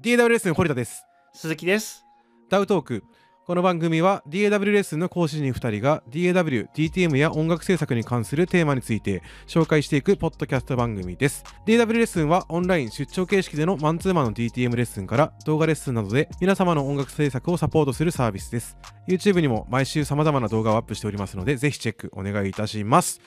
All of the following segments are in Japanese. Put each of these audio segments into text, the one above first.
DAW レッスン堀田です鈴木です。ダウトークこの番組は DAW レッスンの講師陣2人が DAW、DTM や音楽制作に関するテーマについて紹介していくポッドキャスト番組です。DAW レッスンはオンライン出張形式でのマンツーマンの DTM レッスンから動画レッスンなどで皆様の音楽制作をサポートするサービスです。YouTube にも毎週様々な動画をアップしておりますのでぜひチェックお願いいたします。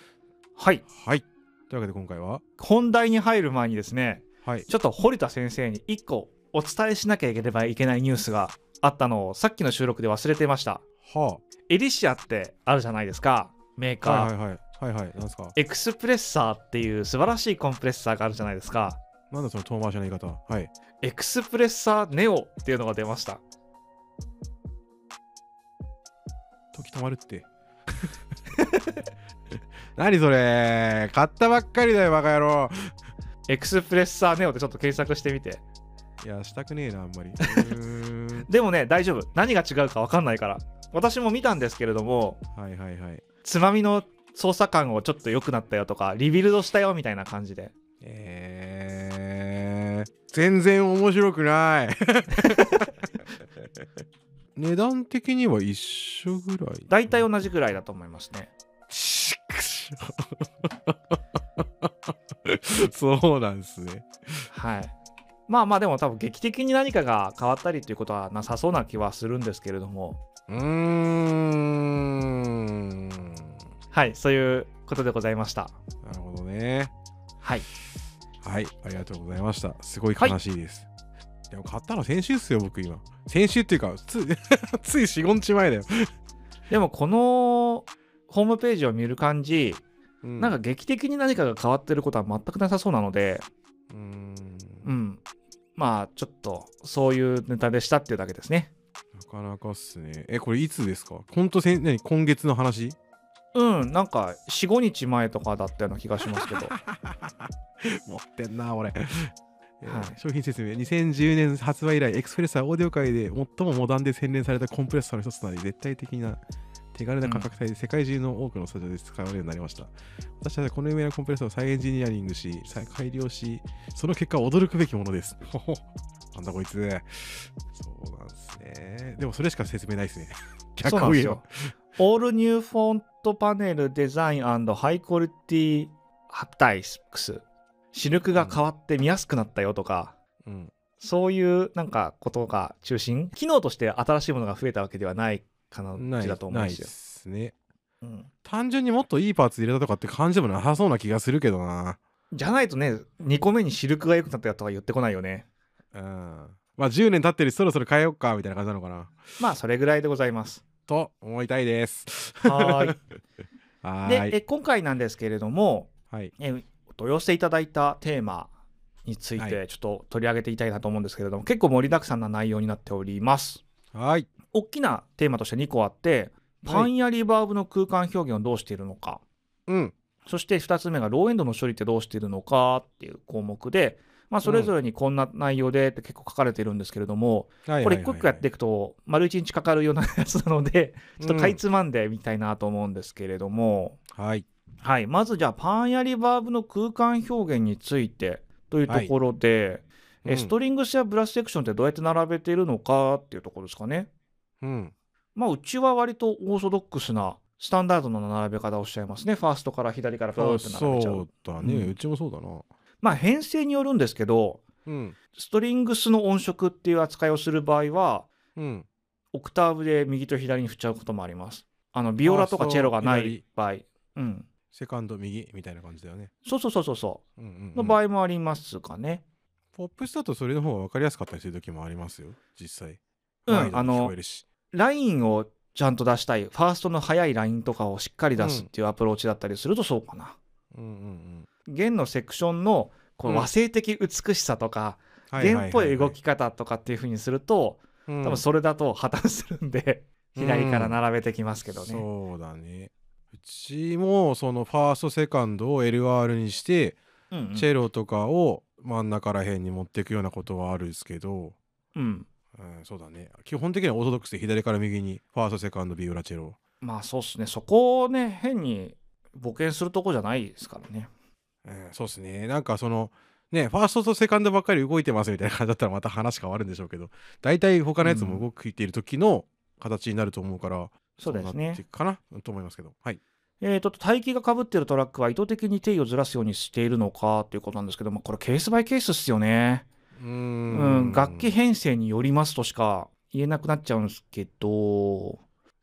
はい。はい。というわけで今回は本題に入る前にですね、はい。ちょっと堀田先生に一個お伝えしなきゃいければいけないニュースがあったのをさっきの収録で忘れてました。はエリシアってあるじゃないですか。メーあ。カー。はいはいはい。はいはい。なんですかエクスプレッサーっていう素晴らしいコンプレッサーがあるじゃないですか。なんだその遠回しの言い方。はい。エクスプレッサーネオっていうのが出ました。時止まるって 何それ買ったばっかりだよバカ野郎エクスプレッサーネオでちょっと検索してみて。いやしたくねえなあん まりうーんでもね、大丈夫。何が違うか分かんないから。私も見たんですけれども、はいはいはいつまみの操作感をちょっと良くなったよとか、リビルドしたよみたいな感じで。えー、全然面白くない 値段的には一緒ぐらい大体同じぐらいだと思いますね。ちくしょう そうなんですねはい。まあまあでも多分劇的に何かが変わったりということはなさそうな気はするんですけれども、うーんなはい、そういうことでございました。るほどねはい。はい、ありがとうございました。すごい悲しいです。でも買ったの先週っすよ、僕今。先週っていうか、つい つい4、5日前だよ。でもこのホームページを見る感じ、うんなんか、劇的に何かが変わってることは全くなさそうなので、うーん、う。なんまあちょっとそういうネタでしたっていうだけですね。かなかっすね。え、これいつですかほんとせん、何、今月の話うん、なんか4、5日前とかだったような気がしますけど。持ってんな、 俺。えー商品説明2010年発売以来エクスプレッサーオーディオ界で最もモダンで洗練されたコンプレッサーの一つとなり絶対的な手軽な価格帯で世界中の多くのスタジオで使われるようになりました、私たちはこの有名なコンプレッサーを再エンジニアリングし再改良しその結果驚くべきものです ほほなんだこいつそうなんですねでもそれしか説明ない ですね逆そうなをんで言えばすよ。オールニューフォントパネルデザインハイクオリティハプタイスクス。視力が変わって見やすくなったよとか、うんそういうなんかことが中心。機能として新しいものが増えたわけではない感なじいだと思うなんいですでよ。すねうん単純にもっといいパーツ入れたとかって感じでもなさそうな気がするけどなじゃないとね、2個目に視力が良くなったよとか言ってこないよね。うんまあ10年経ってるしそろそろ変えようかみたいな感じなのかなまあ、それぐらいでござ います。と思いたいです。はーい。はでーえい。今回なんですけれども、はい。えお寄せいただいたテーマについはてちょっと取り上げていきたいなと思うんですけれども、結構盛りだくさんな内容になっておりますはい。大きなテーマとして2個あってパンやリバーブの空間表現をどうしているのか、うん。そして2つ目がローエンドの処理ってどうしているのかっていう項目で、まあ、それぞれにこんな内容でって結構書かれてるんですけれども、はいこれ一個一個やっていく。くと丸1日かかるようなやつなのでちょっとかういんつまんでみたいなと思うんですけれども、はい。はい、まずじゃあパンやリバーブの空間表現についてというところで、うえんストリングスやブラスセクションってどうやって並べているのかっていうところですかね。うん。まあうちは割とオーソドックスなスタンダードの並べ方をしちゃいますね。ファーストから左からファそうーっと並べちゃう。だね。うんうちもそうだな。まあ編成によるんですけどうん。ストリングスの音色っていう扱いをする場合はうん。オクターブで右と左に振っちゃうこともあります。あのビオラとかチェロがない場合。うん、セカンド右みたいな感じだよね。そうそうそうそうそうんうんうんう。の場合もありますかね。ポップスだとそれの方が分かりやすかったりする時もありますよ。実際。うんワイドにあの聞こえるし。ラインをちゃんと出したい、ファーストの速いラインとかをしっかり出すっていうアプローチだったりするとそうかな。うんうんうん。弦のセクションのこううん和声的美しさとか、ははは弦っぽい動。き方とかっていう風にすると、多多分それだと破綻するんで、 うん左から並べてきますけどね。そうだね。うちもそのファーストセカンドを LR にして、うんうんチェロとかを真ん中ら辺に持っていくようなことはあるんですけど、うんうん、そうだね基本的にはオーソドックスで左から右にファーストセカンドビオラチェロ、まあそうっすね、そこをね、変に冒険するとこじゃないですからね。うん、そうっすねなんかそのね、ファーストとセカンドばっかり動いてますみたいな感じだったらまた話変わるんでしょうけど、大体他のやつも動いている時の形になると思うから、そうですなってねい。くかなと思いますけど。はい。えー、と排気がかぶっているトラックは意図的に定位をずらすようにしているのかということなんですけども、これケースバイケースですよね。うーうんん、楽器編成によりますとしか言えなくなっちゃうんですけど、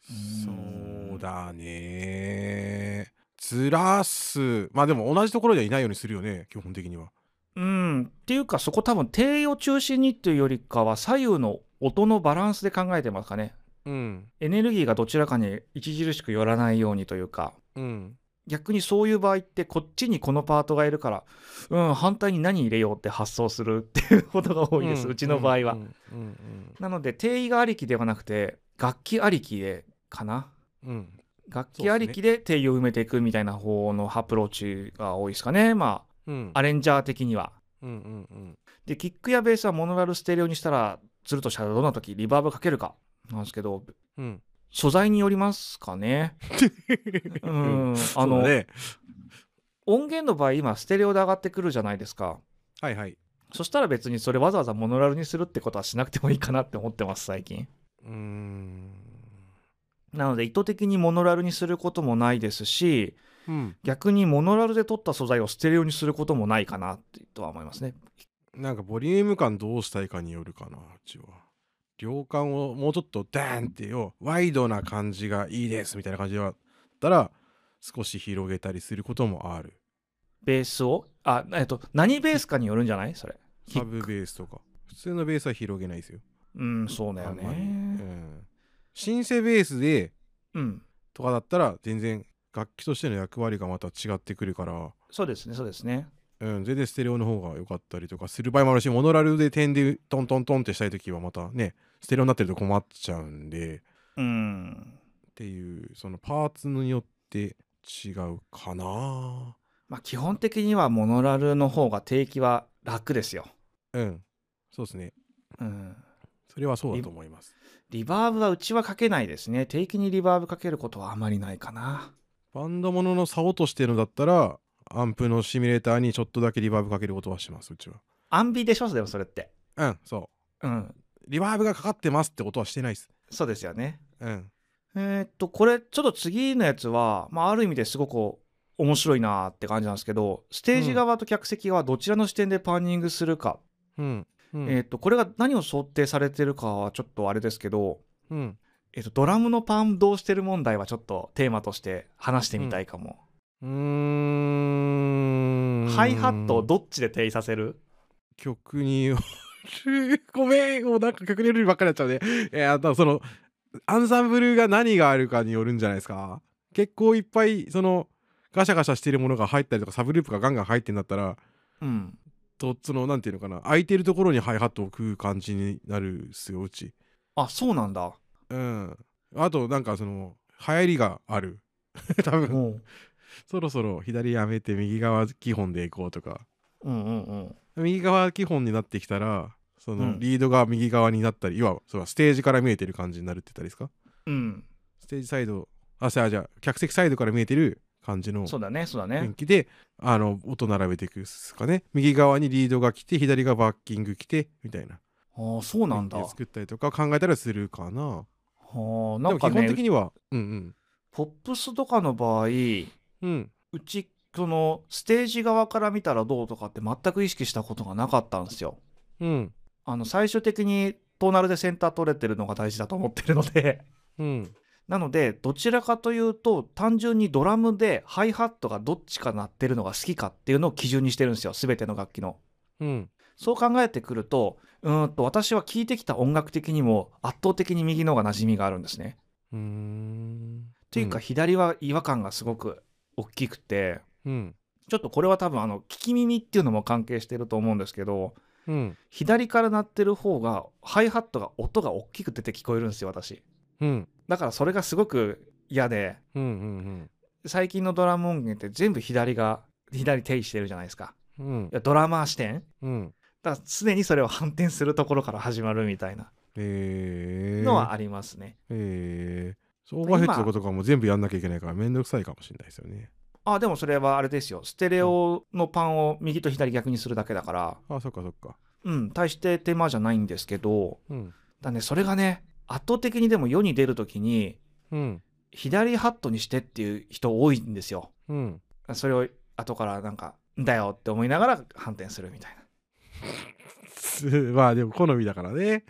そうだね。ずらす。まあでも同じところにはいないようにするよね、基本的には。うん、っていうかそこ多分定位を中心にっていうよりかは左右の音のバランスで考えてますかね。うん。エネルギーがどちらかに著しく寄らないようにというか、うん。逆にそういう場合ってこっちにこのパートがいるから、うん、反対に何入れようって発想するっていうことが多いです、うちの場合は。うん。うん。なので定位がありきではなくて楽器ありきでかなうんうん。楽器ありきで定位を埋めていくみたいな方のアプローチが多いですかねまうん。あアレンジャー的には。うん。うん。うん。でキックやベースはモノラルステレオにしたらするとしたらどんな時リバーブかけるかなんですけどうん。素材によります かね。ううんんあそうの、だね。音源の場合今ステレオで上がってくるじゃないですか。はいはい。そしたら別にそれわざわざモノラルにするってことはしなくてもいいかなって思ってます最近。うーん。なので意図的にモノラルにすることもないですしうん。逆にモノラルで撮った素材をステレオにすることもないかなってとは思いますね。なんかボリューム感どうしたいかによるかな、うちは。量感をもうちょっとダーンってよ、ワイドな感じがいいですみたいな感じだったら、少し広げたりすることもある。ベースをあえっと何ベースかによるんじゃないそれ。キッサブベースとか。普通のベースは広げないですよ。うんそうだよあんまりうね。ん。シンセベースでうんとかだったら、全然楽器としての役割がまた違ってくるから、そうですねそうですね。うん、全然ステレオの方が良かったりとかする場合もあるし、モノラルで点でトントントンってしたいときはまたね、ステレオになってると困っちゃうんで、うん。っていうそのパーツによって違うかなまあ基本的にはモノラルの方が定期は楽ですよ。うんそうですねうん。それはそうだと思いますリバーブはうちはかけないですね。定期にリバーブかけることはあまりないかな。バンドものの差音としてのだったらアンプのシミュレーターにちょっとだけリバーブかけることはしますうちはアンビでしょでもそれって。うんそうん。うリバーブがかかってますって音はしてないですそうですよね。うんえーっと、これ、ちょっと次のやつは、まあ、ある意味ですごく面白いなーって感じなんですけど、ステージ側と客席側、どちらの視点でパンニングするか、うんうんえーっと、これが何を想定されてるかはちょっとあれですけど、うんえーっと、ドラムのパンどうしてる問題はちょっとテーマとして話してみたいかも。うーんハイハットをどっちで定位させる曲によるごめんもうなんか曲によるばっかりやっちゃうねいやあとそのアンサンブルが何があるかによるんじゃないですか結構いっぱいそのガシャガシャしてるものが入ったりとかサブループがガンガン入ってんだったらうん。とそのなんていうのかな空いてるところにハイハットを食う感じになるっすようちあ、そうなんだ。うんあとなんかその流行りがある 多分うん。そろそろ左やめて右側基本でいこうとかうんうんうん。右側基本になってきたらそうのんリードが右側になったり、要はそれはステージから見えてる感じになるって言ったらいいですかうん。ステージサイドあじゃあじゃあ客席サイドから見えてる感じのそうだね、そうだ雰囲ね。気であの音並べていくっすかね右側にリードが来て左がバッキング来てみたいなああ、そうなんだ。雰囲気あを作ったりとか考えたらするかなあ、なんでかも基本的ね、にはうんポップスとかの場合、うんうんうちそのステージ側から見たらどうとかって全く意識したことがなかったんですよ。うんあの最終的にトーナルでセンター取れてるのが大事だと思ってるので うんなのでどちらかというと単純にドラムでハイハットがどっちか鳴ってるのが好きかっていうのを基準にしてるんですよ全ての楽器の。うんそう考えてくるとうーんと私は聴いてきた音楽的にも圧倒的に右の方が馴染みがあるんですね。うーんというか左は違和感がすごく大きくてうんちょっとこれは多分あの聞き耳っていうのも関係してると思うんですけどうん左から鳴ってる方がハイハットが音が大きく出て聞こえるんですよ私うんだからそれがすごく嫌でうんうん最近のドラム音源って全部左が左手してるじゃないですかうんうんいやドラマー視点うんだから常にそれを反転するところから始まるみたいなえーのはありますね、えー、オーバーヘッドとかとかも全部やんなきゃいけないからめんどくさいかもしれないですよね。あでもそれはあれですよステレオのパンを右と左逆にするだけだからあそっかそっか。うん大して手間じゃないんですけどうん。だねそれがね圧倒的にでも世に出る時にうん。左ハットにしてっていう人多いんですようん。それを後からなんか「んだよ」って思いながら反転するみたいなすまあでも好みだからね、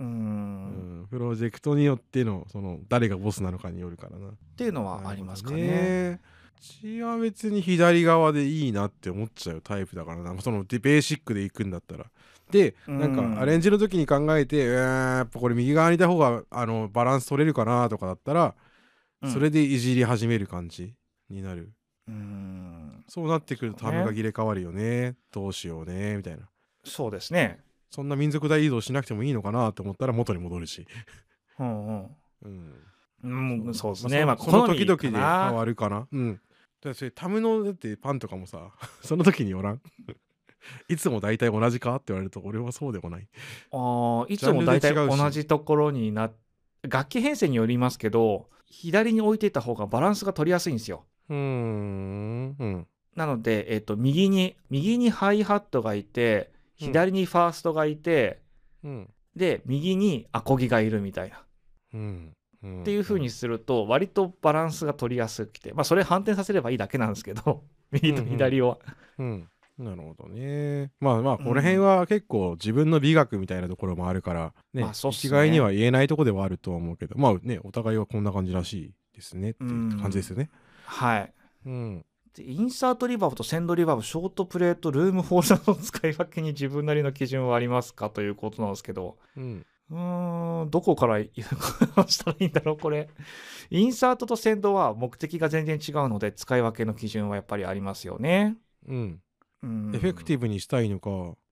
うーうんん。プロジェクトによっての、その、誰がボスなのかによるからな。っていうのはありますかなるほどね。ね。うちは別に左側でいいなって思っちゃうタイプだからなそのでベーシックでいくんだったらでなんうんかアレンジの時に考えて、えーやっぱこれ右側にいた方があのバランス取れるかなとかだったら、うんそれでいじり始める感じになるうーんそうなってくるとタそうねムが切れ替わるよねどうしようねみたいなそうですね。そんな民族大移動しなくてもいいのかなと思ったら元に戻るし、うんうんうん、うん、そうですね。まあ、その好時み々で変かなわるかな。うん。だからそれタムのだってパンとかもさ、 その時におらん。 いつも大体同じかって言われると俺はそうでもない。ああ、いつも大体ジャンルで違うし同じところにな、楽器編成によりますけど、左に置いてた方がバランスが取りやすいんですよ。うーん。うん。なので、えっと、右に、右にハイハットがいて、うん左にファーストがいて、うん。で、右にアコギがいるみたいな。うん。っっていう風にすると割とバランスが取りやすくてまあそれ反転させればいいだけなんですけど 右と左を、うん。なるほどね。まあまあ、この辺は結構自分の美学みたいなところもあるから、ね、まあそうっす一ね概には言えないとこではあるとは思うけど、まあね、お互いはこんな感じらしいですねっていう感じですよね。はいうん。でインサートリバーブとセンドリバーブショートプレートルームホールダーの使い分けに自分なりの基準はありますかということなんですけどうん。うーんどこから言うしたらいいんだろうこれ インサートとセンドは目的が全然違うので使い分けの基準はやっぱりありますよねうん。うんエフェクティブにしたいのか、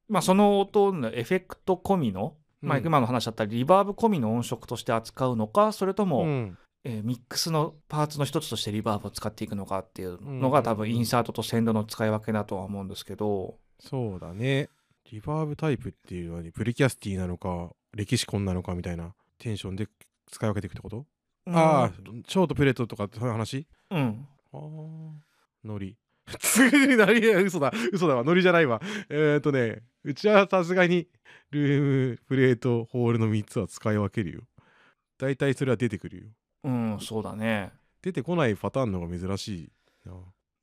まあその音のエフェクト込みの、まあ、うん今の話だったりリバーブ込みの音色として扱うのかそれとも、ん、えーミックスのパーツの一つとしてリバーブを使っていくのかっていうのが、うんうんうん多分インサートとセンドの使い分けだとは思うんですけどそうだね。リバーブタイプっていうのは、プリキャスティなのか、歴史コンなのかみたいなテンションで使い分けていくってこと、ああ、ショートプレートとかってそういう話あうんああ、ノリ。 つぐにノリだ、嘘だ、嘘だわ、ノリじゃないわ。えー、っとね、うちはさすがに、ルーム、プレート、ホールの3つは使い分けるよ。大体それは出てくるよ。うんそうだね、出てこないパターンの方が珍しいな。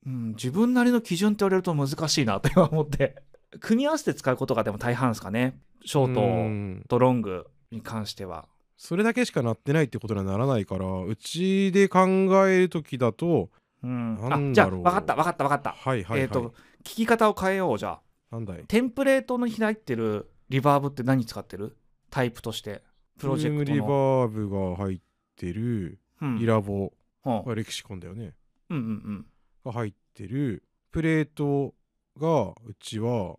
うん、自分なりの基準って言われると難しいなと今思って 組み合わせて使うことがでも大半ですかねショうーんトとロングに関してはそれだけしかなってないってことにはならないからうちで考える時だとうんなあんじゃだあろう分かった分かった分かった、はいはいはい、えっ、と聞き方を変えようじゃあなんだいテンプレートに開いてるリバーブって何使ってるタイプとしてプロジェクトルームリバーの、ブが入ってるうんイラボうんがレキシコンだよねうんうんが入ってるプレートがうちは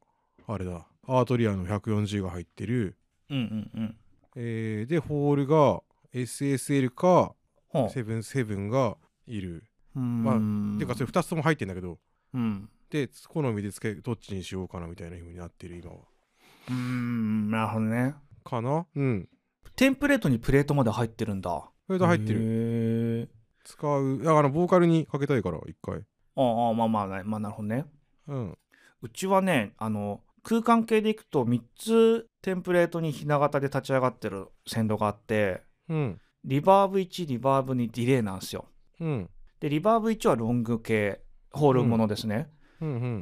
あれだアートリアの140が入ってる、うんうんうんうんえーでホールが SSL かほうセブンセブンがいる、うんまあっていうかそれ2つとも入ってんだけどうんで好みでつけどっちにしようかなみたいな風になってる今はうーんなるほどねかなうんテンプレートにプレートまで入ってるんだフェープド入ってるる使うだからボーカルにかけたいから一回ああまあまあねまあなるほどねうんうちはねあの空間系でいくと3つテンプレートにひな形で立ち上がってる線路があってうんリバーブ1リバーブ2ディレイなんですようんでリバーブ1はロング系ホールものですね、うんうん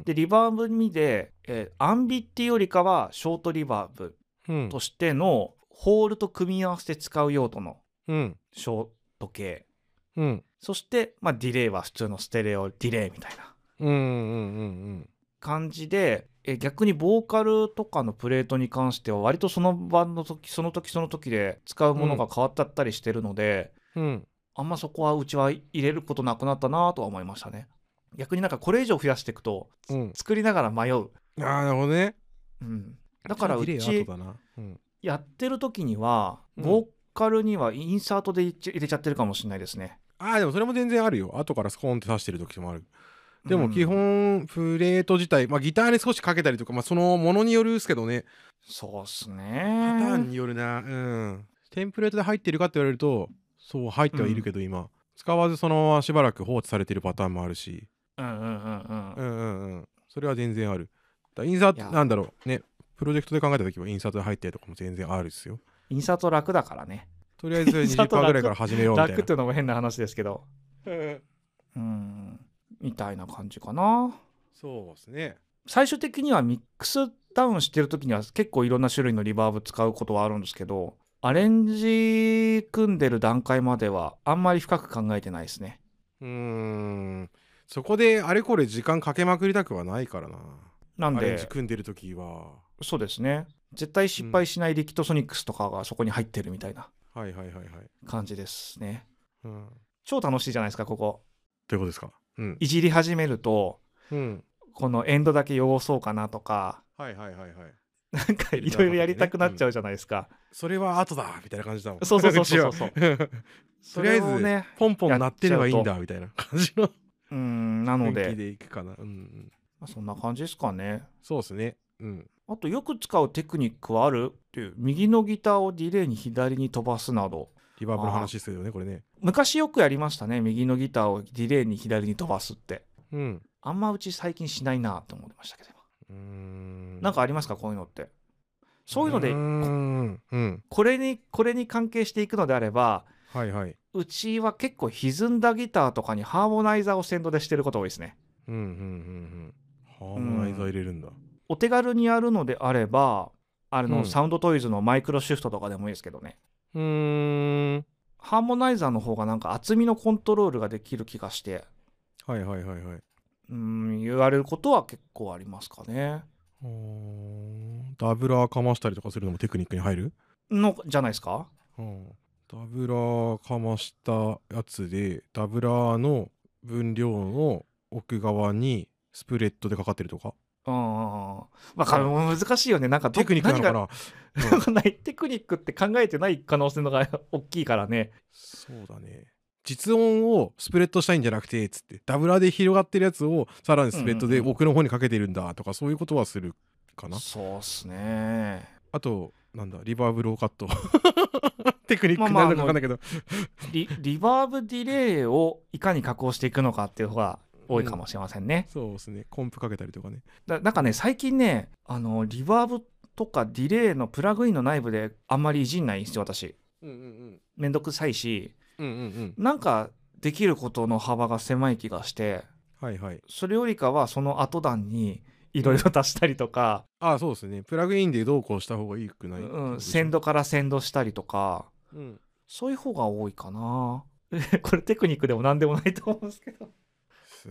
でリバーブ2で、えーアンビっていうよりかはショートリバーブうんとしてのホールと組み合わせて使う用途のうんショート系うんそして、まあ、ディレイは普通のステレオディレイみたいなうんうんうん感じで、えー逆にボーカルとかのプレートに関しては割とその場の時その時その時で使うものが変わっちゃったりしてるので、うんあんまそこはうちは入れることなくなったなとは思いましたね逆になんかこれ以上増やしていくとうん作りながら迷う、ああなるほどねうん、だからうディレイち後だなうんやってる時には、うんボーカルにはインサートで入れちゃってるかもしれないですね。ああでもそれも全然あるよ後からスコーンって刺してる時もあるでもうん基本プレート自体まあギターに少しかけたりとかまあそのものによるっすけどねそうっすパターンね。によるなうんテンプレートで入ってるかって言われるとそう入ってはいるけど今使わずそのまましばらく放置されてるパターンもあるし、うんうんうんう。うんんうんうん、それは全然ある。だインサーいやト、なんだろう、ね、プロジェクトで考えた時もインサートで入ったりとかも全然あるですよ。インサート楽だからね。とりあえずインサー20%ト楽ぐらいから始めようみたい楽っなていうのも変な話ですけど。。うんうん。みたいな感じかな。そうですね。最終的にはミックスダウンしてる時には結構いろんな種類のリバーブ使うことはあるんですけどアレンジ組んでる段階まではあんまり深く考えてないですねうーん。そこであれこれ時間かけまくりたくはないからな。なんアレンジで組んでる時は。そうですね絶対失敗しないリキッドソニックスとかがそこに入ってるみたいなはいはいはいはい。感じですねうん。超楽しいじゃないですかここということですか。うん。いじり始めるとうん。このエンドだけ汚そうかなと かはいはいはいはい。なんかいろいろやりたくなっちゃうじゃないですか、それは後だみたいな感じだもん。そうそうそうそ うそううちはとりあえずそれをねポンポン鳴ってればいいんだみたいな感じのうんな雰の囲気ででいくかな。うんうん。まあそんな感じですかねそうですね。うん。あとよく使うテクニックはあるっていう右のギターをディレイに左に飛ばすなどリバーブの話ですよね、これね。昔よくやりましたね右のギターをディレイに左に飛ばすってうん。あんまうち最近しないなと思ってましたけどうーんなんかありますかこういうのってそういうのでうーん。うん。これにこれに関係していくのであればはいはい。うちは結構歪んだギターとかにハーモナイザーを先導でしてること多いですねうんうんうんうん。ハーモナイザー入れるんだ。お手軽にやるのであればあの、うんサウンドトイズのマイクロシフトとかでもいいですけどねうーん。ハーモナイザーの方がなんか厚みのコントロールができる気がしてはいはいはいはい。うん言われることは結構ありますかねうーんダブラーかましたりとかするのもテクニックに入る、のじゃないですかうん、ダブラーかましたやつでダブラーの分量の奥側にスプレッドでかかってるとかうんうんうんまあか難しいよねなんかどテクニックなのかな、何うがん ないテクニックって考えてない可能性の方が 大きいからねそうだね実音をスプレッドしたいんじゃなくてつってダブラーで広がってるやつをさらにスプレッドで奥の方にかけてるんだとかそういうことはするかな、そうっすねあとなんだリバーブローカッ トテクニックになるのか分かんないけど、リリバーブディレイをいかに加工していくのかっていう方が多いかもしれませんね、そうですねコンプかけたりとかねだなんかね最近ねあのリバーブとかディレイのプラグインの内部であんまりいじんないんですよ私うんうんめんどくさいしうんうんうんなんかできることの幅が狭い気がしてはいはいそれよりかはその後段にいろいろ足したりとか、ああそうですねプラグインでどうこうした方がいいくうないん先導から先導したりとかうんそういう方が多いかな これテクニックでも何でもないと思うんですけどす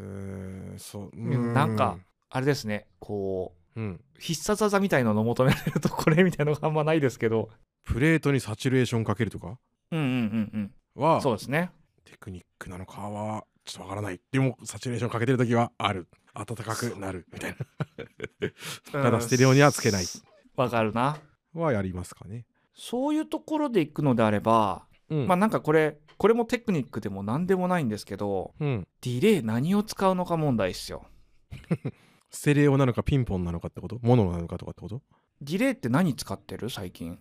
そううんなんかあれですねこううん必殺技みたいなのを求められるとこれみたいなのがあんまないですけどプレートにサチュレーションかけるとかうんうんうんうはんそうですねテクニックなのかはちょっとわからないでもサチュレーションかけてる時はある暖かくなるみたいただステレオにはつけないうんわかるななはやりますかねそういうところでいくのであればうんまあなんかこれこれもテクニックでも何でもないんですけどうんディレイ何を使うのか問題っすよステレオなのかピンポンなのかってことモノなのかとかってことうディレイって何使ってる最近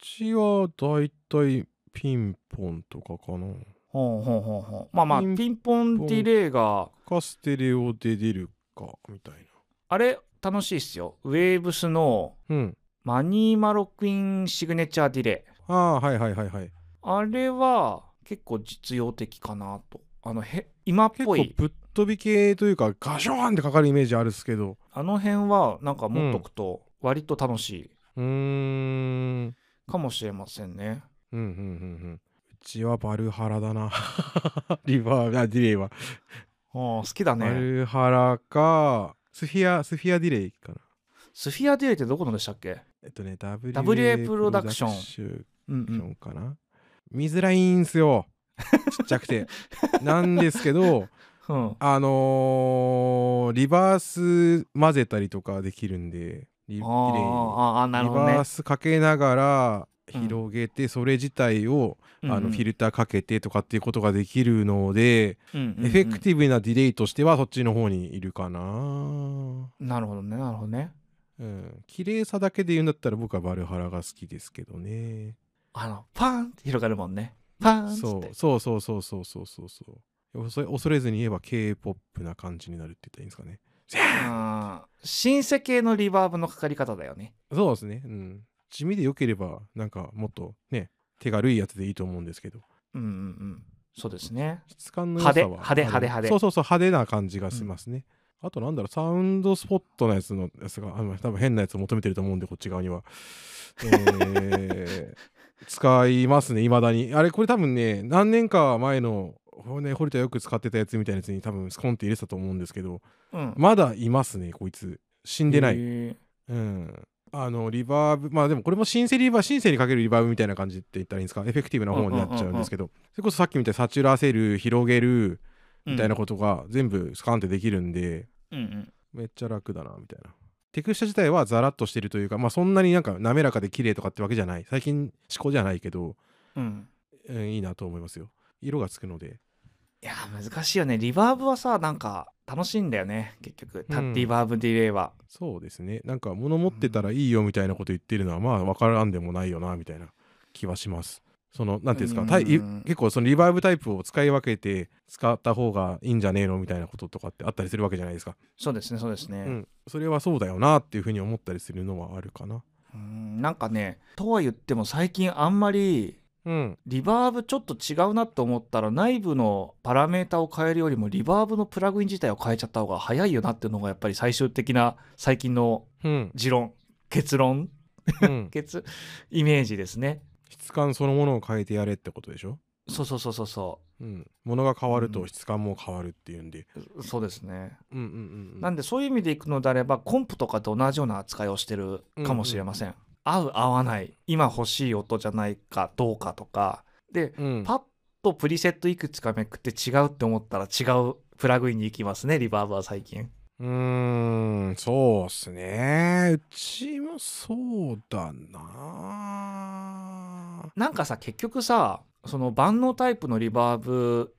ちはだいたいピンポンとかかなほうほうほうほうまあまあピンピンポンディレイがかステレオで出るかみたいあれ楽しいっすよウェーブスのなうんマニーマロクインシグネチャーディレイああはいはいはいはいあれは結構実用的かなとあのへ今っ結ぽ構いぶっ飛び系というかガショーンってかかるイメージあるっすけどあの辺はなんか持っとくと割と楽しうーんいかもしれませんね、うんうんうんうんうちはバルハラだな リバーブあディレイは、ああ好きだバねルハラかスフィアスフィアディレイかなスフィアディレイってどこのでしたっけえっとね WA WA プロダクションンうんうショんンかな、見づらいんすよちっちゃく てなんですけどうんあのーリバース混ぜたりとかできるんでリディレイにあーあーなるリほどねバースかけながら広げて、それ自体を、あのフィルターかけてとかっていうことができるので、エフェクィティブなディレイとしてはそっちの方にいるかなうブなるほどねなるほどねん綺麗さだけで言うんだったら僕はバルハラが好きですけどねあのパーンって広がるもんねパーンっつそってうそうそうそうそうそうそうそう恐れ恐れずに言えば K-POP な感じになるって言ったらいいんですかねあーシンセ系のリバーブのかかり方だよねそうですねうん地味で良ければなんかもっとね手軽いやつでいいと思うんですけどうんうんうんそうですね質感の良さは派手派手派手派手そうそうそう派手な感じがしますね、あとなんだろうサウンドスポットのやつのやつがあの多分変なやつを求めてると思うんでこっち側には、え ー使いますねいまだにあれこれ多分ね何年か前のね、堀田よく使ってたやつみたいなやつに多分スコンって入れてたと思うんですけどうんまだいますねこいつ死んでない、へーうんあのリバーブまあでもこれもシンセリバーシンセにかけるリバーブみたいな感じって言ったらいいんですかエフェクティブな方になっちゃうんですけど、それこそさっきみたいにサチュらせる広げるみたいなことが全部スカンってできるんで、うんうんめっちゃ楽だなみたいなテクスチャ自体はザラッとしてるというかまあそんなになんか滑らかで綺麗とかってわけじゃない最近思考じゃないけど、うんうんいいなと思いますよ色がつくのでいやー難しいよねリバーブはさなんか楽しいんだよね結局タうんリバーブディレイは、そうですねなんか物持ってたらいいよみたいなこと言ってるのはまあ分からんでもないよなみたいな気はしますそのなんていうんですうかんタイい結構そのリバイブタイプを使い分けて使った方がいいんじゃねえのみたいなこととかってあったりするわけじゃないですか、そうですねそうですね、うん、それはそうだよなっていうふうに思ったりするのはあるかなうんなんかねとは言っても最近あんまりうんリバーブちょっと違うなと思ったら内部のパラメータを変えるよりもリバーブのプラグイン自体を変えちゃった方が早いよなっていうのがやっぱり最終的な最近のうん、持論結論 うん、結イメージですね質感そのものを変えてやれってことでしょそうそうそうそうそうん、物が変わるうとん質感も変わるっていうん で、うそうですねうん、うんうんうんなんでそういう意味でいくのであればコンプとかと同じような扱いをしてるかもしれません、合う合わない今欲しい音じゃないかどうかとかでうんパッとプリセットいくつかめくって違うって思ったら違うプラグインに行きますねリバーブは最近うーん、そうっすね。うちもそうだな。なんかさ結局さその万能タイプのリバーブっ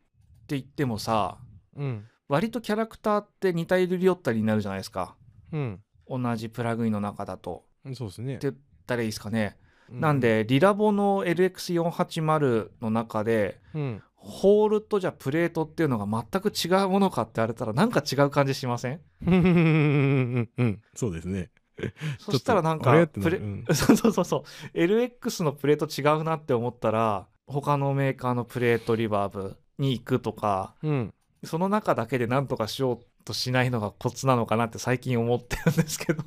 て言ってもさうん、割とキャラクターって似たり寄ったりになるじゃないですかうん、同じプラグインの中だとそうっすねって。言ったらいいですかね、うなん、でリラボの LX480 の中でうん、ホールとじゃあプレートっていうのが全く違うものかって言われたらなんか違う感じしま せんうん、うんうんそうですね。そしたらなんちょっとあれかってなプレ、るうん そうそうそうそう LX のプレート違うなって思ったら他のメーカーのプレートリバーブに行くとかうん、その中だけで何とかしようとしないのがコツなのかなって最近思ってるんですけど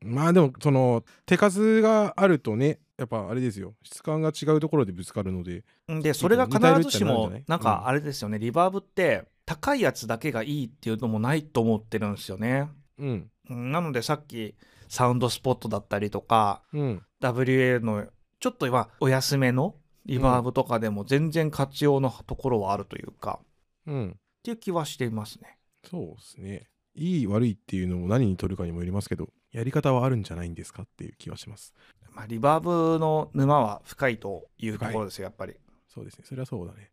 まあでも、その手数があるとね、やっぱあれですよ。質感が違うところでぶつかるので。でそれが必ずし似もたり寄ったりなんじゃないなんかあれですよねリバーブって高いやつだけがいいっていうのもないと思ってるんですよねうん、うんなのでさっきサウンドスポットだったりとかうん、 WA のちょっと今お安めのリバーブとかでも全然活用のところはあるというか、うん、っていう気はしていますね。そうっすね。いい悪いっていうのも何に取るかにもよりますけど、やり方はあるんじゃないんですかっていう気はします。まあ、リバーブの沼は深いというところですよ、やっぱり。そうですね。それはそうだね。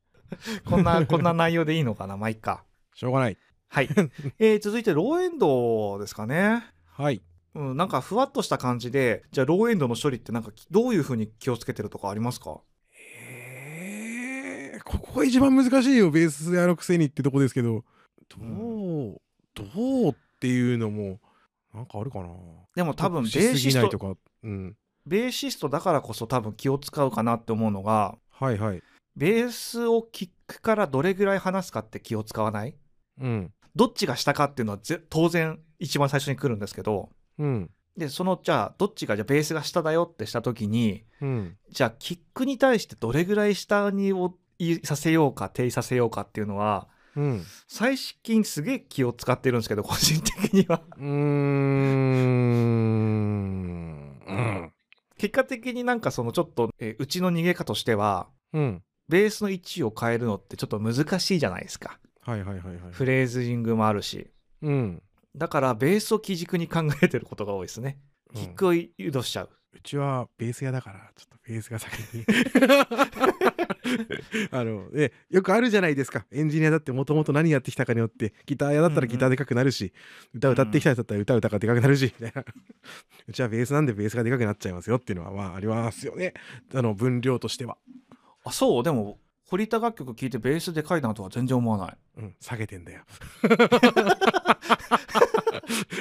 こ んな、こんな内容でいいのかな、まあ、いっか。しょうがない。 はい。えー続いて、ローエンドですかね。はい。うん、なんかふわっとした感じで、じゃあ、ローエンドの処理って、なんかきどういうふうに気をつけてるとかありますかえーここが一番難しいよベースやるくせにってとこですけどどう、どうっていうのもなんかあるかなでも多分、ベしーすシぎスないトと、か、うん、ベーシストだからこそ多分気を使うかなって思うのが、はいはいベースをキックからどれぐらい離すかって気を使わないうんどっちが下かっていうのはぜ当然一番最初に来るんですけど、うんでそのじゃあどっちがじゃあベースが下だよってした時にうんじゃあキックに対してどれぐらい下にをいさせようか定位させようかっていうのはうん最近すげえ気を使ってるんですけど個人的には うーんうん結果的になんかそのちょっと、えーうちの逃げ方としてはうんベースの位置を変えるのってちょっと難しいじゃないですかはいはいはいはいフレーズイングもあるしうんだからベースを基軸に考えてることが多いですねうんキックを誘導しちゃう、うちはベース屋だからちょっとベースが先にあのえよくあるじゃないですかエンジニアだってもともと何やってきたかによってギター屋だったらギターでかくなるし、歌歌ってきたやつだったら歌歌がでかくなるしみたいなうちはベースなんでベースがでかくなっちゃいますよっていうのはまあありますよねあの分量としてはあそうでもフリーター楽曲聴いてベースでかいなとは全然思わない。うん、下げてんだよ。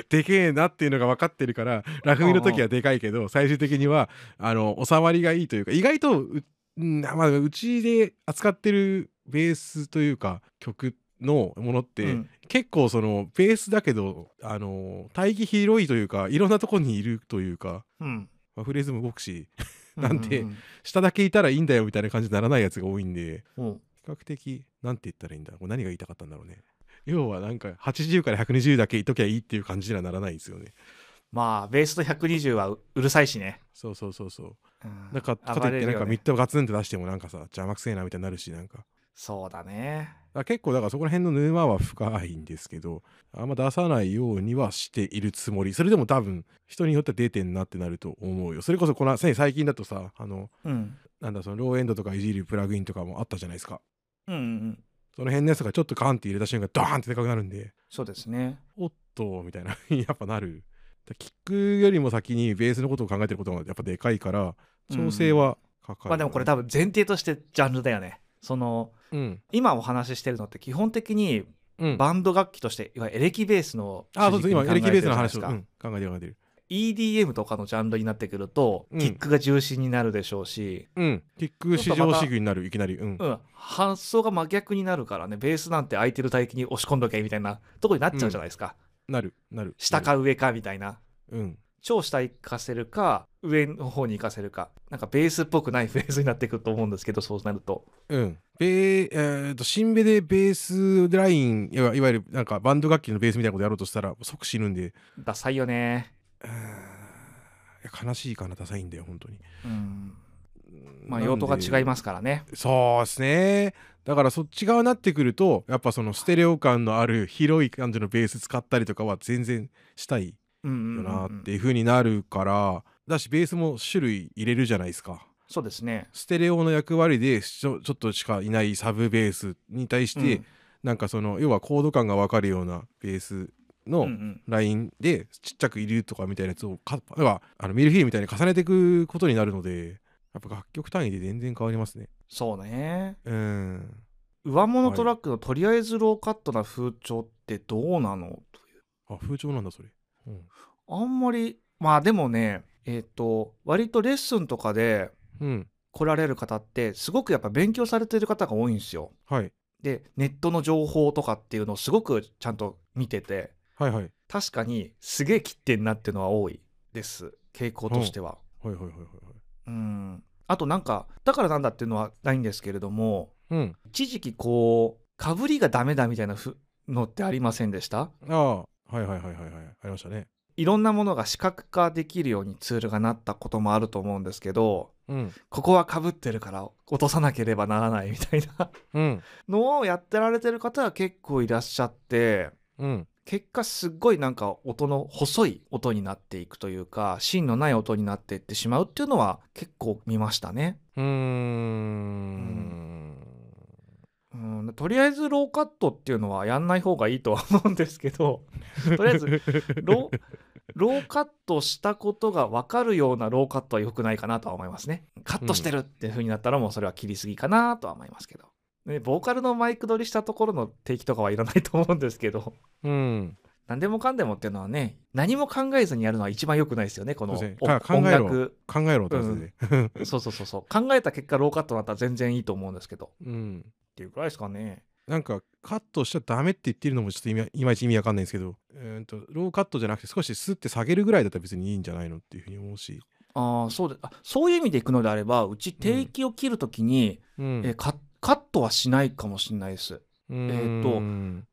でけえなっていうのが分かってるからラフミの時はでかいけど最終的にはあの収まりがいいというか意外とう,、うんまあ、うちで扱ってるベースというか曲のものって、うん結構そのベースだけどあの対義広いというかいろんなとこにいるというか、うんまあフレーズも動くしなんでうん下だけいたらいいんだよみたいな感じにならないやつが多いんで。うんうん比較的なんて言ったらいいんだろうこれ何が言いたかったんだろうね要はなんか80から120だけいときゃいいっていう感じにはならないですよねまあベースと120はううるさいしね。そうそうそうそううんなんかかと暴いっれてなるんかよミッねドガツンと出してもなんかさ邪魔くせえなみたいになるしなんかだかそうだね。ら結構だからそこら辺の沼は深いんですけどあんま出さないようにはしているつもりそれでも多分人によっては出てんなってなると思うよそれこそこの最近だとさあのうん。なんだそのローエンドとかいじるプラグインとかもあったじゃないですかうんうんうん。その辺のやつがちょっとガンって入れた瞬間ドーンってでかくなるんでそうですね。おっとみたいな やっぱなるだキックよりも先にベースのことを考えてることがやっぱでかいから調整はかかる、まあでもこれだ多分前提としてジャンルだよね。そのうん今お話ししてるのって基本的にうんバンド楽器として、いわゆるエレキベースのあそうそう今エレキベースの話を、かうん考えてる考えてる EDM とかのジャンルになってくると、うんキックが重心になるでしょうし、うんキック至上主義になるいきなりうん、うん、発想が真逆になるからねベースなんて空いてる帯域に押し込んどけみたいなとこになっちゃうじゃないですか、なるなる下か上かみたいなうん超下行かせるか上の方に行かせるかなんかベースっぽくないフェーズになってくると思うんですけどそうなるとうんベーえー、と新ベでベースラインいわいわゆるなんかバンド楽器のベースみたいなことやろうとしたら即死ぬんでダサいよねうーんいや悲しいかなダサいんだよ本当にうんまあ用途が違いますからねそうですね。だからそっち側になってくるとやっぱそのステレオ感のある広い感じのベース使ったりとかは全然したいうんうんようんうんなっていう風になるから、だしベースも種類入れるじゃないですか。そうですねステレオの役割でちょちょっとしかいないサブベースに対して、うんなんかその要はコード感が分かるようなベースうのんうんラインでちっちゃくいるとかみたいなやつをか要はあのミルフィーユみたいに重ねていくことになるのでやっぱ楽曲単位で全然変わりますね。そうねうん上物トラックのとりあえずローカットな風潮ってどうなのというあ風潮なんだそれ。うん。あんまりまあでもねえっ、と割とレッスンとかでうん、来られる方ってすごくやっぱ勉強されてる方が多いんですよはいでネットの情報とかっていうのをすごくちゃんと見ててはいはいはい確かにすげえ切ってんなっていうのは多いです傾向としてははいはいはいはい。うんあとなんかだからなんだっていうのはないんですけれどもうん。一時期こうかぶりがダメだみたいなふのってありませんでしたああはいはいはいはいはいありましたね。いろんなものが視覚化できるようにツールがなったこともあると思うんですけどうんここはかぶってるから落とさなければならないみたいな うんのをやってられてる方は結構いらっしゃってうん結果すっごいなんか音の細い音になっていくというか芯のない音になっていってしまうっていうのは結構見ましたね。うーん。うんとりあえずローカットっていうのはやんない方がいいとは思うんですけどとりあえず ローローカットしたことが分かるようなローカットは良くないかなとは思いますね。カットしてるっていう風になったらもうそれは切りすぎかなとは思いますけど。ね、ボーカルのマイク取りしたところの定期とかはいらないと思うんですけど、うん。何でもかんでもっていうのはね、何も考えずにやるのは一番良くないですよね、このそうですねおか考音えろ楽。考えろってやつで。そうそうそうそう。考えた結果ローカットになったら全然いいと思うんですけど。っうん。ていうくらいですかね。なんかカットしちゃダメって言ってるのもちょっといまいまいち意味わかんないんですけど、えー、とローカットじゃなくて少しスッて下げるぐらいだったら別にいいんじゃないのっていうふうに思うし、ああ、そうで、あそういう意味でいくのであれば、うち定期を切るときに、うん、えーカカットはしないかもしれないです。えーと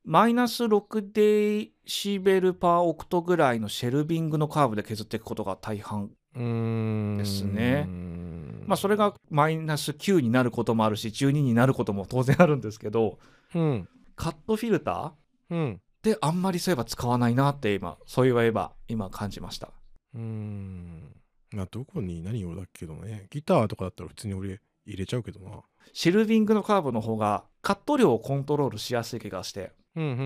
マイナス6デシベルパーオクトぐらいのシェルビングのカーブで削っていくことが大半、うーんですねまあ、それががマイナス9になることもあるし12になることも当然あるんですけどうんカットフィルターっうんてあんまりそういえば使わないなって今そういえば今感じましたうーん。まあ、どこに何をだっけどね。ギターとかだったら普通に俺入れちゃうけどな。シェルビングのカーブの方がカット量をコントロールしやすい気がしてっうんうんうんうんう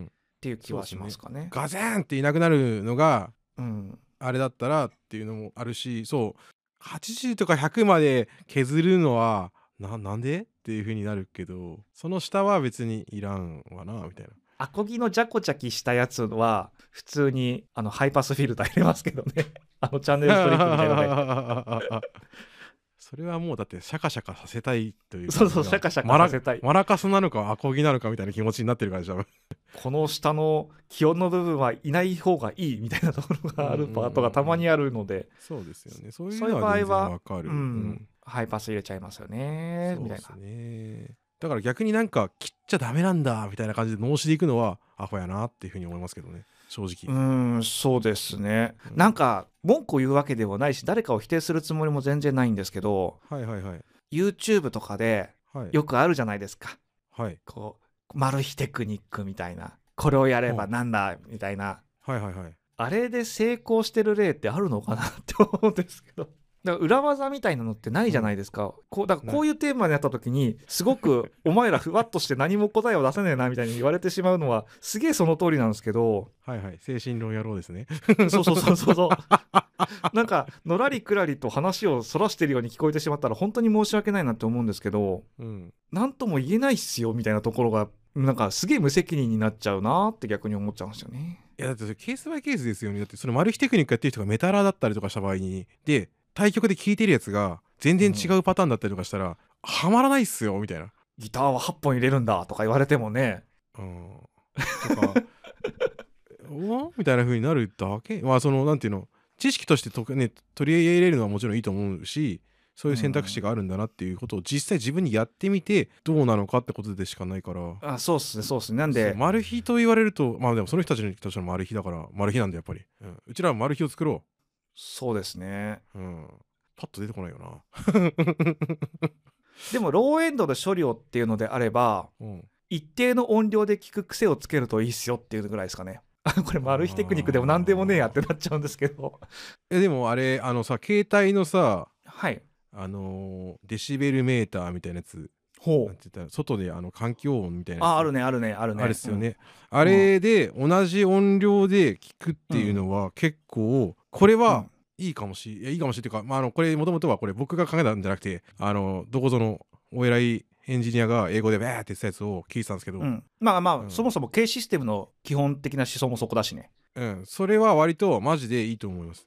ん。ていう気はしますかねガゼーンっていなくなるのがうんあれだったらっていうのもあるし、そう。80とか100まで削るのは、な、なんでっっていう風になるけどその下は別にいらんわなみた いなアコギのジャコジャキしたやつは普通にあのハイパスフィルター入れますけどねあのチャンネルストリップみたいなのでそれはもうだってシャカシャカさせたいというかそうそうシャカシャカさせたいマラマラカスなのかアコギなのかみたいな気持ちになってるからじゃんこの下の気温の部分はいない方がいいみたいなところがあるパートがたまにあるので、そうですよねそういうそういうの場は合は全然わかうるんハイパス入れちゃいますようんねそうみたでいすなねだから逆になんか切っちゃダメなんだみたいな感じで脳死でいくのはアホやなっていう風に思いますけどね正う直、んそうですね、うんなんか文句を言うわけでもないし誰かを否定するつもりも全然ないんですけどはいはいはい YouTube とかではいよくあるじゃないですかはいこうマル秘テクニックみたいなこれをやればなんだみたいなはいはいはいあれで成功してる例ってあるのかなって思うんですけど。だから裏技みたいなのってないじゃないですか。こうだからこういうテーマになった時にすごくお前らふわっとして何も答えを出せねえなみたいに言われてしまうのはすげえその通りなんですけどはいはい精神論野郎ですねそうそうそうそうそう なんかのらりくらりと話をそらしてるように聞こえてしまったら本当に申し訳ないなって思うんですけどうん何とも言えないっすよみたいなところがなんかすげえ無責任になっちゃうなって逆に思っちゃうんですよね。いやだってそれケースバイケースですよねだってそのマル秘テクニックやってる人がメタラーだったりとかした場合にで対局で聞いてるやつが全然違うパターンだったりとかしたら、はまらないっすよみたいなギターは8本入れるんだとか言われてもねうんとか おみたいな風になるだけまあそのなんていうの知識としてと、ね、取り入れるのはもちろんいいと思うしそういう選択肢があるんだなっていうことを実際自分にやってみてどうなのかってことでしかないからあそうっすねそうっすねなんそうでマル秘と言われるとまあでもその人たちの人たちのマル秘だからマル秘なんだやっぱり、うん、うちらはマル秘を作ろそうですねう、うん、パッと出てこないよな、でもローエンドの処理をっていうのであればうん、一定の音量で聞く癖をつけるといいっすよっていうぐらいですかねあこれマル秘テクニックでも何でもねえやってなっちゃうんですけどえでもあれあのさ携帯のさはいあのーデシベルメーターみたいなやつほなんて言ったら外であの環境音みたいなやつああるねあるねあるねあれですよね、あれで同じ音量で聞くっていうのは結構これうんは、いいかもしいやいいかもしれないというか、まあ、あのこれもともとはこれ僕が考えたんじゃなくてあのどこぞのお偉いエンジニアが英語でバーって言ってたやつを聞いてたんですけど、うんうんまあまあ、うんそもそも K システムの基本的な思想もそこだしねうん、それは割とマジでいいと思います。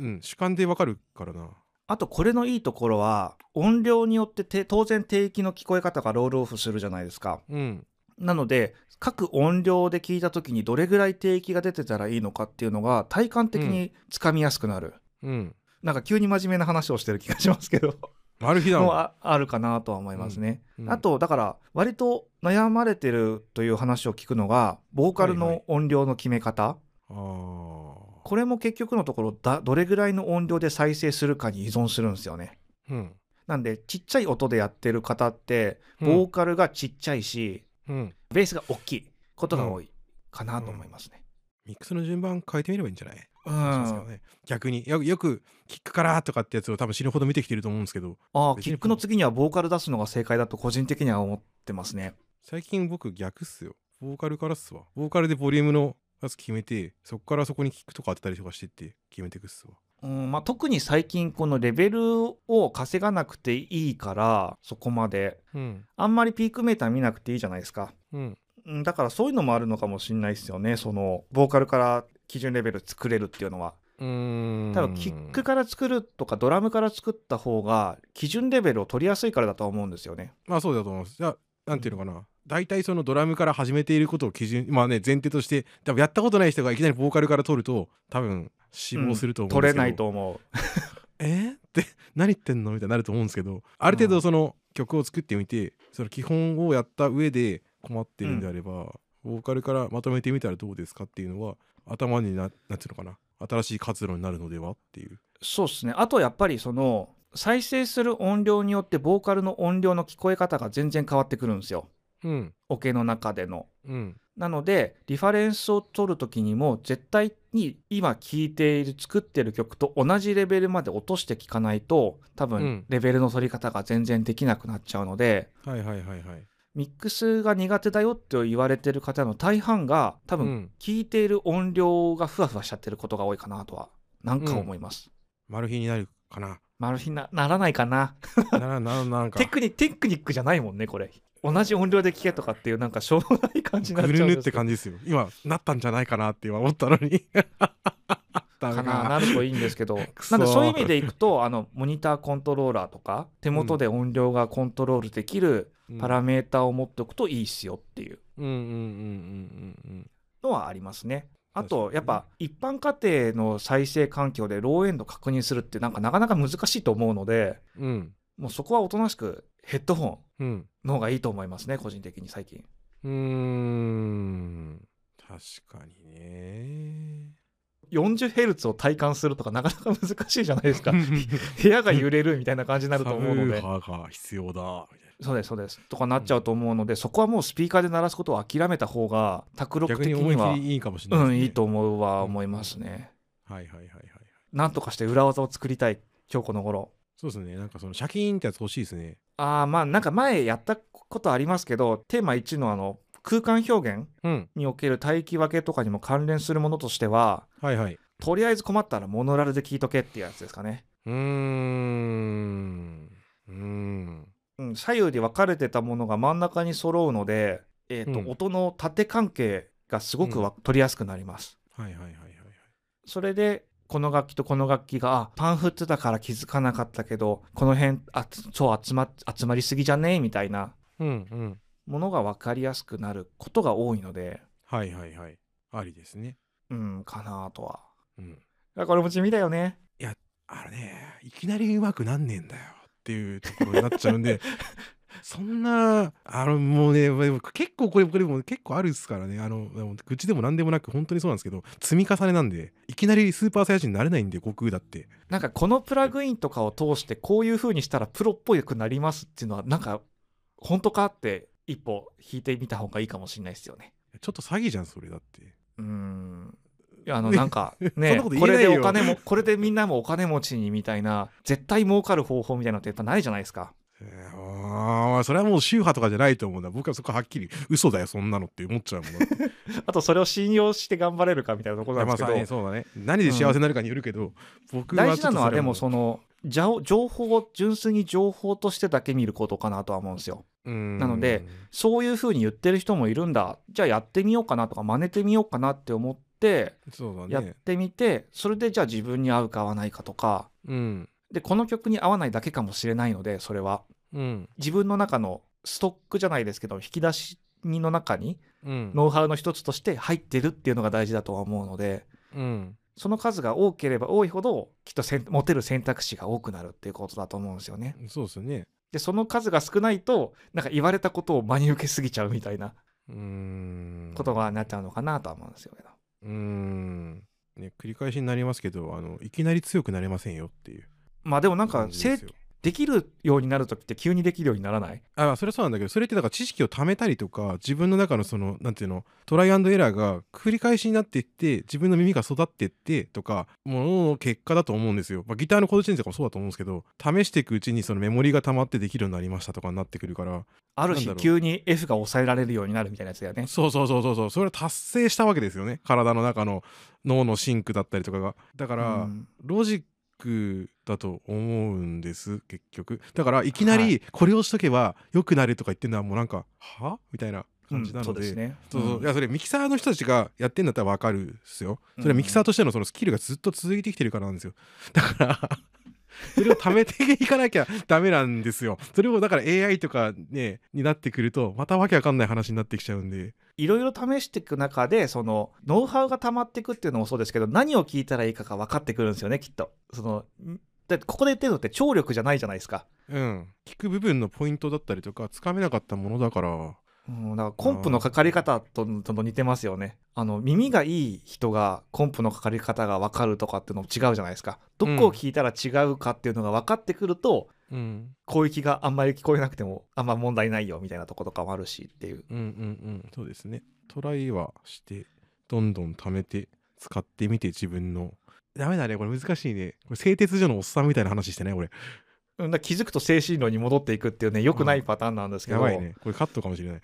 うん、主観でわかるからな。あとこれのいいところは音量によってて当然低域の聞こえ方がロールオフするじゃないですかうん、なので各音量で聞いた時にどれぐらい低域が出てたらいいのかっていうのが体感的につかみやすくなる、うん。なんか急に真面目な話をしてる気がしますけどマル秘だももうん。ああるかなとは思いますね、うんあ、とだから割と悩まれてるという話を聞くのがボーカルはいはのい音量の決め方、ああ。これも結局のところだどれぐらいの音量で再生するかに依存するんですよねうん。なんでちっちゃい音でやってる方ってうんボーカルがちっちゃいし、うん。ベースが大きいことが多いかなと思いますね、ミックスの順番変えてみればいいんじゃない、うんそうですよね逆によよくキックからとかってやつを多分死ぬほど見てきてると思うんですけどああ別キにックの次にはボーカル出すのが正解だと個人的には思ってますね最近僕逆っすよボーカルからっすわボーカルでボリュームのやつ決めてそこからそこにキックとか当てたりとかしてって決めてくっすわうんまあ、特に最近このレベルを稼がなくていいからそこまでうんあんまりピークメーター見なくていいじゃないですかうんうんだからそういうのもあるのかもしれないですよねそのボーカルから基準レベル作れるっていうのはうーん多分キックから作るとかドラムから作った方が基準レベルを取りやすいからだとは思うんですよねまあそうだと思います。じゃあ、なんていうのかな。大体そのドラムから始めていることを基準、まあね、前提として、多分やったことない人がいきなりボーカルから取ると、多分死亡すると思うんで取れすけど、ないと思うえーって、 何言ってんのみたいになると思うんですけど、ある程度その曲を作ってみて、その基本をやった上で困ってるんであれば、ボーカルからまとめてみたらどうですかっていうのは、頭にな、なんていうのかな。新しい活路になるのではっていう。そうですねあとやっぱりその再生する音量によってボーカルの音量の聞こえ方が全然変わってくるんですようん。オケの中でのうん。なのでリファレンスを取る時にも絶対に今聴いている作ってる曲と同じレベルまで落として聴かないと多う分んレベルの取り方が全然できなくなっちゃうので、はいはいはいはい。ミックスが苦手だよって言われてる方の大半が多う分ん。聴いている音量がふわふわしちゃってることが多いかなとはなんか思います。 マル秘になるかな。マル秘なならないかななななんかテクニテクニックじゃないもんねこれ同じ音量で聞けとかっていうなんかしょうもない感じになっぐちゃるうんぬでっすてけど感じですよ今なったんじゃないかなって今思ったの にダメかななるといいんですけど くそなんでそういう意味でいくとあのモニターコントローラーとか手元で音量がコントロールできるうんパラメーターを持っておくといいっすよっていううんうんうんうんうんうんのはありますね。あ確かとにねやっぱ一般家庭の再生環境でローエンド確認するってなんかなかなか難しいと思うのでうんもうそこはおとなしくヘッドホうンんの方がいいと思いますね個人的に最近。うーん確かに ね 40Hz を体感するとかなかなか難しいじゃないですか部屋が揺れるみたいな感じになると思うのでサブウーファーが必要だみたいなそうですそうですとかなっちゃうと思うので、そこはもうスピーカーで鳴らすことを諦めた方が卓録逆的にに思いは切りいいかもしれない、うんいいと。思うは思いますね、はいはいはいはい。なんとかして裏技を作りたい今日この頃そうですね。なんかそのシャキーンってやつ欲しいですね。ああまあなんか前やったことありますけどテーマ1のあの空間表現うん。における帯域分けとかにも関連するものとしてははいはい。とりあえず困ったらモノラルで聞いとけっていうやつですかね、うーん。うーん。うん、左右で分かれてたものが真ん中に揃うので、えーとうん音の縦関係がすごくわ、取りやすくなりますはいはいはいはいはい。それでこの楽器とこの楽器があパン振ってたから気づかなかったけどこの辺あ超集ま集まりすぎじゃねえみたいなうんうん。ものが分かりやすくなることが多いのではいはいはい。ありですね。うんかなとはうん。いやこれも地味だよねあれね、いきなりうまくなんねえんだよっていうところになっちゃうん で、そんな、あの、もうね、でも結構これ、これも結構あるっすからね、あの、でも愚痴でもなんでもなく、本当にそうなんですけど、積み重ねなんで、いきなりスーパーサイヤ人になれないんで、悟空だって。なんかこのプラグインとかを通してこういう風にしたらプロっぽくなりますっていうのはなんか本当かって一歩引いてみた方がいいかもしれないですよねちょっと詐欺じゃん、それだって。うんいやあのなんかそんねなこと言こえれないでよお金もこれでみんなもお金持ちにみたいな絶対儲かる方法みたいなのってやっぱないじゃないですかえーあーそれはもう宗派とかじゃないと思うんだ僕はそこはっきり嘘だよそんなのって思っちゃうもんだってあとそれを信用して頑張れるかみたいなところなんですけ いやまあどねそうだね何で幸せになるかによるけど、僕は大事なのはでものそのじゃお情報を純粋に情報としてだけ見ることかなとは思うんですよななのでそういう風に言ってる人もいるんだじゃあやってみようかなとか真似てみようかなって思ってそうだやっねてみて、それでじゃあ自分に合うか合わないかとかうんでこの曲に合わないだけかもしれないのでそれはうん自分の中のストックじゃないですけど引き出しの中にうんノウハウの一つとして入ってるっていうのが大事だとは思うのでうんその数が多ければ多いほどきっとせん持てる選択肢が多くなるっていうことだと思うんですよね。そうですよねでその数が少ないとなんか言われたことを真に受けすぎちゃうみたいなうーんことがなっちゃうのかなとは思うんですよけど。うーんね繰り返しになりますけどあのいきなり強くなれませんよっていうまあでもなんか感じでせすよできるようになる時って急にできるようにならないあそれはそうなんだけどそれってだから知識を貯めたりとか自分の中のそのなんていうのトライアンドエラーが繰り返しになっていって自分の耳が育っていってとかものの結果だと思うんですよ、まあ、ギターのコードチェンジとかもそうだと思うんですけど試していくうちにそのメモリが溜まってできるようになりましたとかになってくるからあるなんだ日ろう急に F が抑えられるようになるみたいなやつだよね。そうそうそうそうそうそれを達成したわけですよね体の中の脳のシンクだったりとかがだから、うんロジックだと思うんです結局だからいきなりこれをしとけば良くなるとか言ってるのはもうなんかはみたいな感じなのうんそうですで。ね。そうそううんいやそれミキサーの人たちがやってんだったら分かるっすよそれはミキサーとしてのそのスキルがずっと続いてきてるからなんですよだから それを貯めていかなきゃダメなんですよそれをだから AI とかねになってくるとまたわけわかんない話になってきちゃうんでいろいろ試していく中でそのノウハウが溜まっていくっていうのもそうですけど何を聞いたらいいかが分かってくるんですよねきっとそのんだってここで言ってるのって聴力じゃないじゃないですか、うん聞く部分のポイントだったりとかつかめなかったものだからうん、だからコンプのかかり方とと似てますよねあの耳がいい人がコンプのかかり方が分かるとかっていうのも違うじゃないですかどこを聞いたら違うかっていうのが分かってくると、うん攻撃があんまり聞こえなくてもあんま問題ないよみたいなとことかもあるしっていううんうんうんそうですねトライはしてどんどん貯めて使ってみて自分のダメだねこれ難しいねこれ製鉄所のおっさんみたいな話してない俺うんだから気づくと精神論に戻っていくっていうね良くないパターンなんですけど、やばいねこれカットかもしれない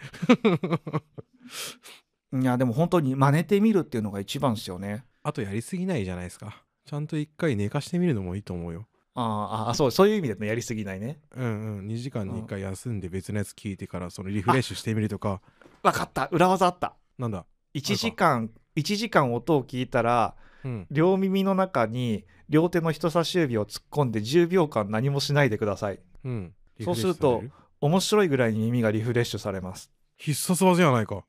いやでも本当に真似てみるっていうのが一番ですよねあとやりすぎないじゃないですかちゃんと一回寝かしてみるのもいいと思うよあーあ、そう、そういう意味でね、やりすぎないね。うんうん2時間に1回休んで別のやつ聞いてからそのリフレッシュしてみるとかわかった、裏技あった。なんだ1時間、一時間音を聞いたら、うん両耳の中に両手の人差し指を突っ込んで10秒間何もしないでください。うんそうするリとフレッシュされ面白いぐらいに耳がリフレッシュされます。 必殺技やないか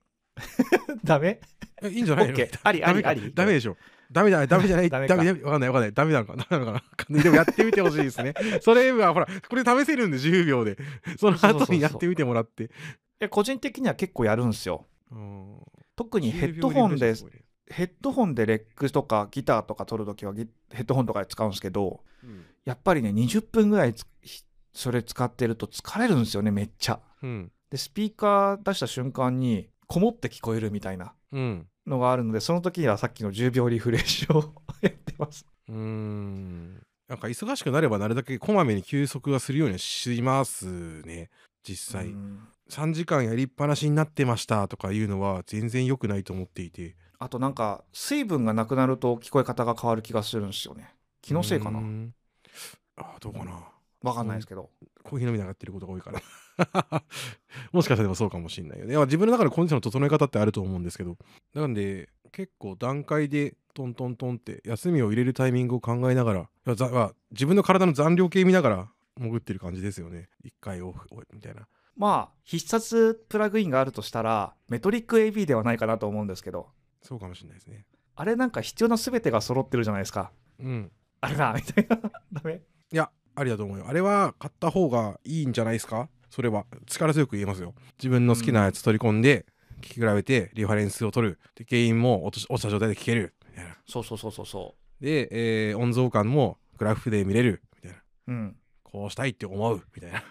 ダメえいいんじゃないの ?OK。ありあダメりかあり。ダメでしょダメだダメじゃないダダメメかダメわかんないわかんないダメなのかダメなのかなでもやってみてほしいです ねそれはほらこれ試せるんで10秒でそのそうそうそう後そうにやってみてもらっていや個人的には結構やるんですよ。うん特にヘッドホンでヘッドホンでレックとかギターとか取るときはギヘッドホンとかで使うんですけどうんやっぱりね20分ぐらいつひそれ使ってると疲れるんですよねめっちゃ。うんでスピーカー出した瞬間にこもって聞こえるみたいなうんのがあるのでその時にはさっきの10秒リフレッシュを やってます。うーんなんか忙しくなればなるだけこまめに休息はするようにしますね実際、うん3時間やりっぱなしになってましたとかいうのは全然良くないと思っていてあとなんか水分がなくなると聞こえ方が変わる気がするんですよね。気のせいかうーなんあーどうかなわかんないですけど。コーヒー飲みながらやってることが多いから もしかしたらでもそうかもしれないよねいや自分の中でコンディションの整え方ってあると思うんですけどなんで結構段階でトントントンって休みを入れるタイミングを考えながらいやざまあ自分の体の残量計見ながら潜ってる感じですよね一回オフみたいなまあ必殺プラグインがあるとしたらメトリック AB ではないかなと思うんですけどそうかもしれないですね。あれなんか必要な全てが揃ってるじゃないですかうん。あれなみたいな ダメいや、ありだと思うよ。あれは買った方がいいんじゃないですかそれは。力強く言えますよ。自分の好きなやつ取り込んで、聞き比べて、リファレンスを取る。で、ゲインも落とし落ちた状態で聞ける。みたいな。そうそうそうそうそで、えー音像感もグラフで見れる。みたいな。ううんこうしたいって思う。みたいな。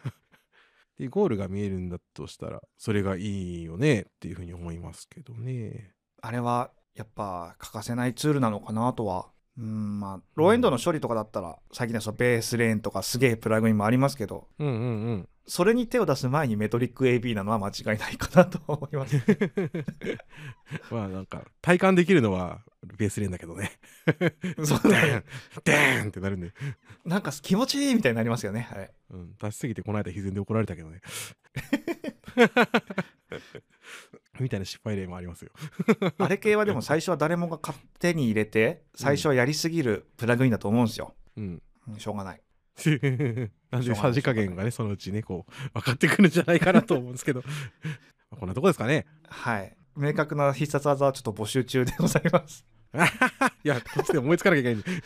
で、ゴールが見えるんだとしたら、それがいいよねっていうふうに思いますけどね。あれはやっぱ欠かせないツールなのかなとはうんまあローエンドの処理とかだったら最近のそのベースレーンとかすげえプラグインもありますけどうんうんうん。 それに手を出す前にメトリック AB なのは間違いないかなと思いますまあなんか体感できるのはベースレーンだけどね。 そうだねデーンデーンってなるんで、なんか気持ちいいみたいになりますよねあれうん、出しすぎてこの間歪んで怒られたけどね。 みたいな失敗例もありますよ。あれ系はでも最初は誰もが勝手に入れて最初はやりすぎるプラグインだと思うんですよ、うん。うんしょうがない なんでさじ加減がねそのうちねこう分かってくるんじゃないかなと思うんですけど まあこんなとこですかね はい明確な必殺技はちょっと募集中でございますいやこっちで思いつかなきゃいけ ないんで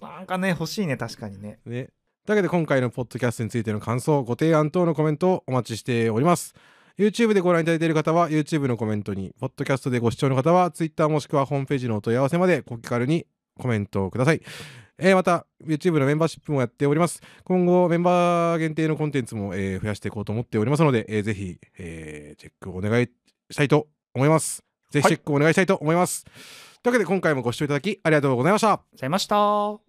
なんかね欲しいね確かにねね。というわけで今回のポッドキャストについての感想、ご提案等のコメントをお待ちしております。YouTube でご覧いただいている方は YouTube のコメントに、ポッドキャストでご視聴の方は Twitter もしくはホームページのお問い合わせまでご気軽にコメントをください。えーまた、YouTube のメンバーシップもやっております。今後、メンバー限定のコンテンツも、えー増やしていこうと思っておりますので、えーぜひ、えーチェックをお願いしたいと思います。ぜひチェックをお願いしたいと思います。というわけで、今回もご視聴いただきありがとうございました。ございました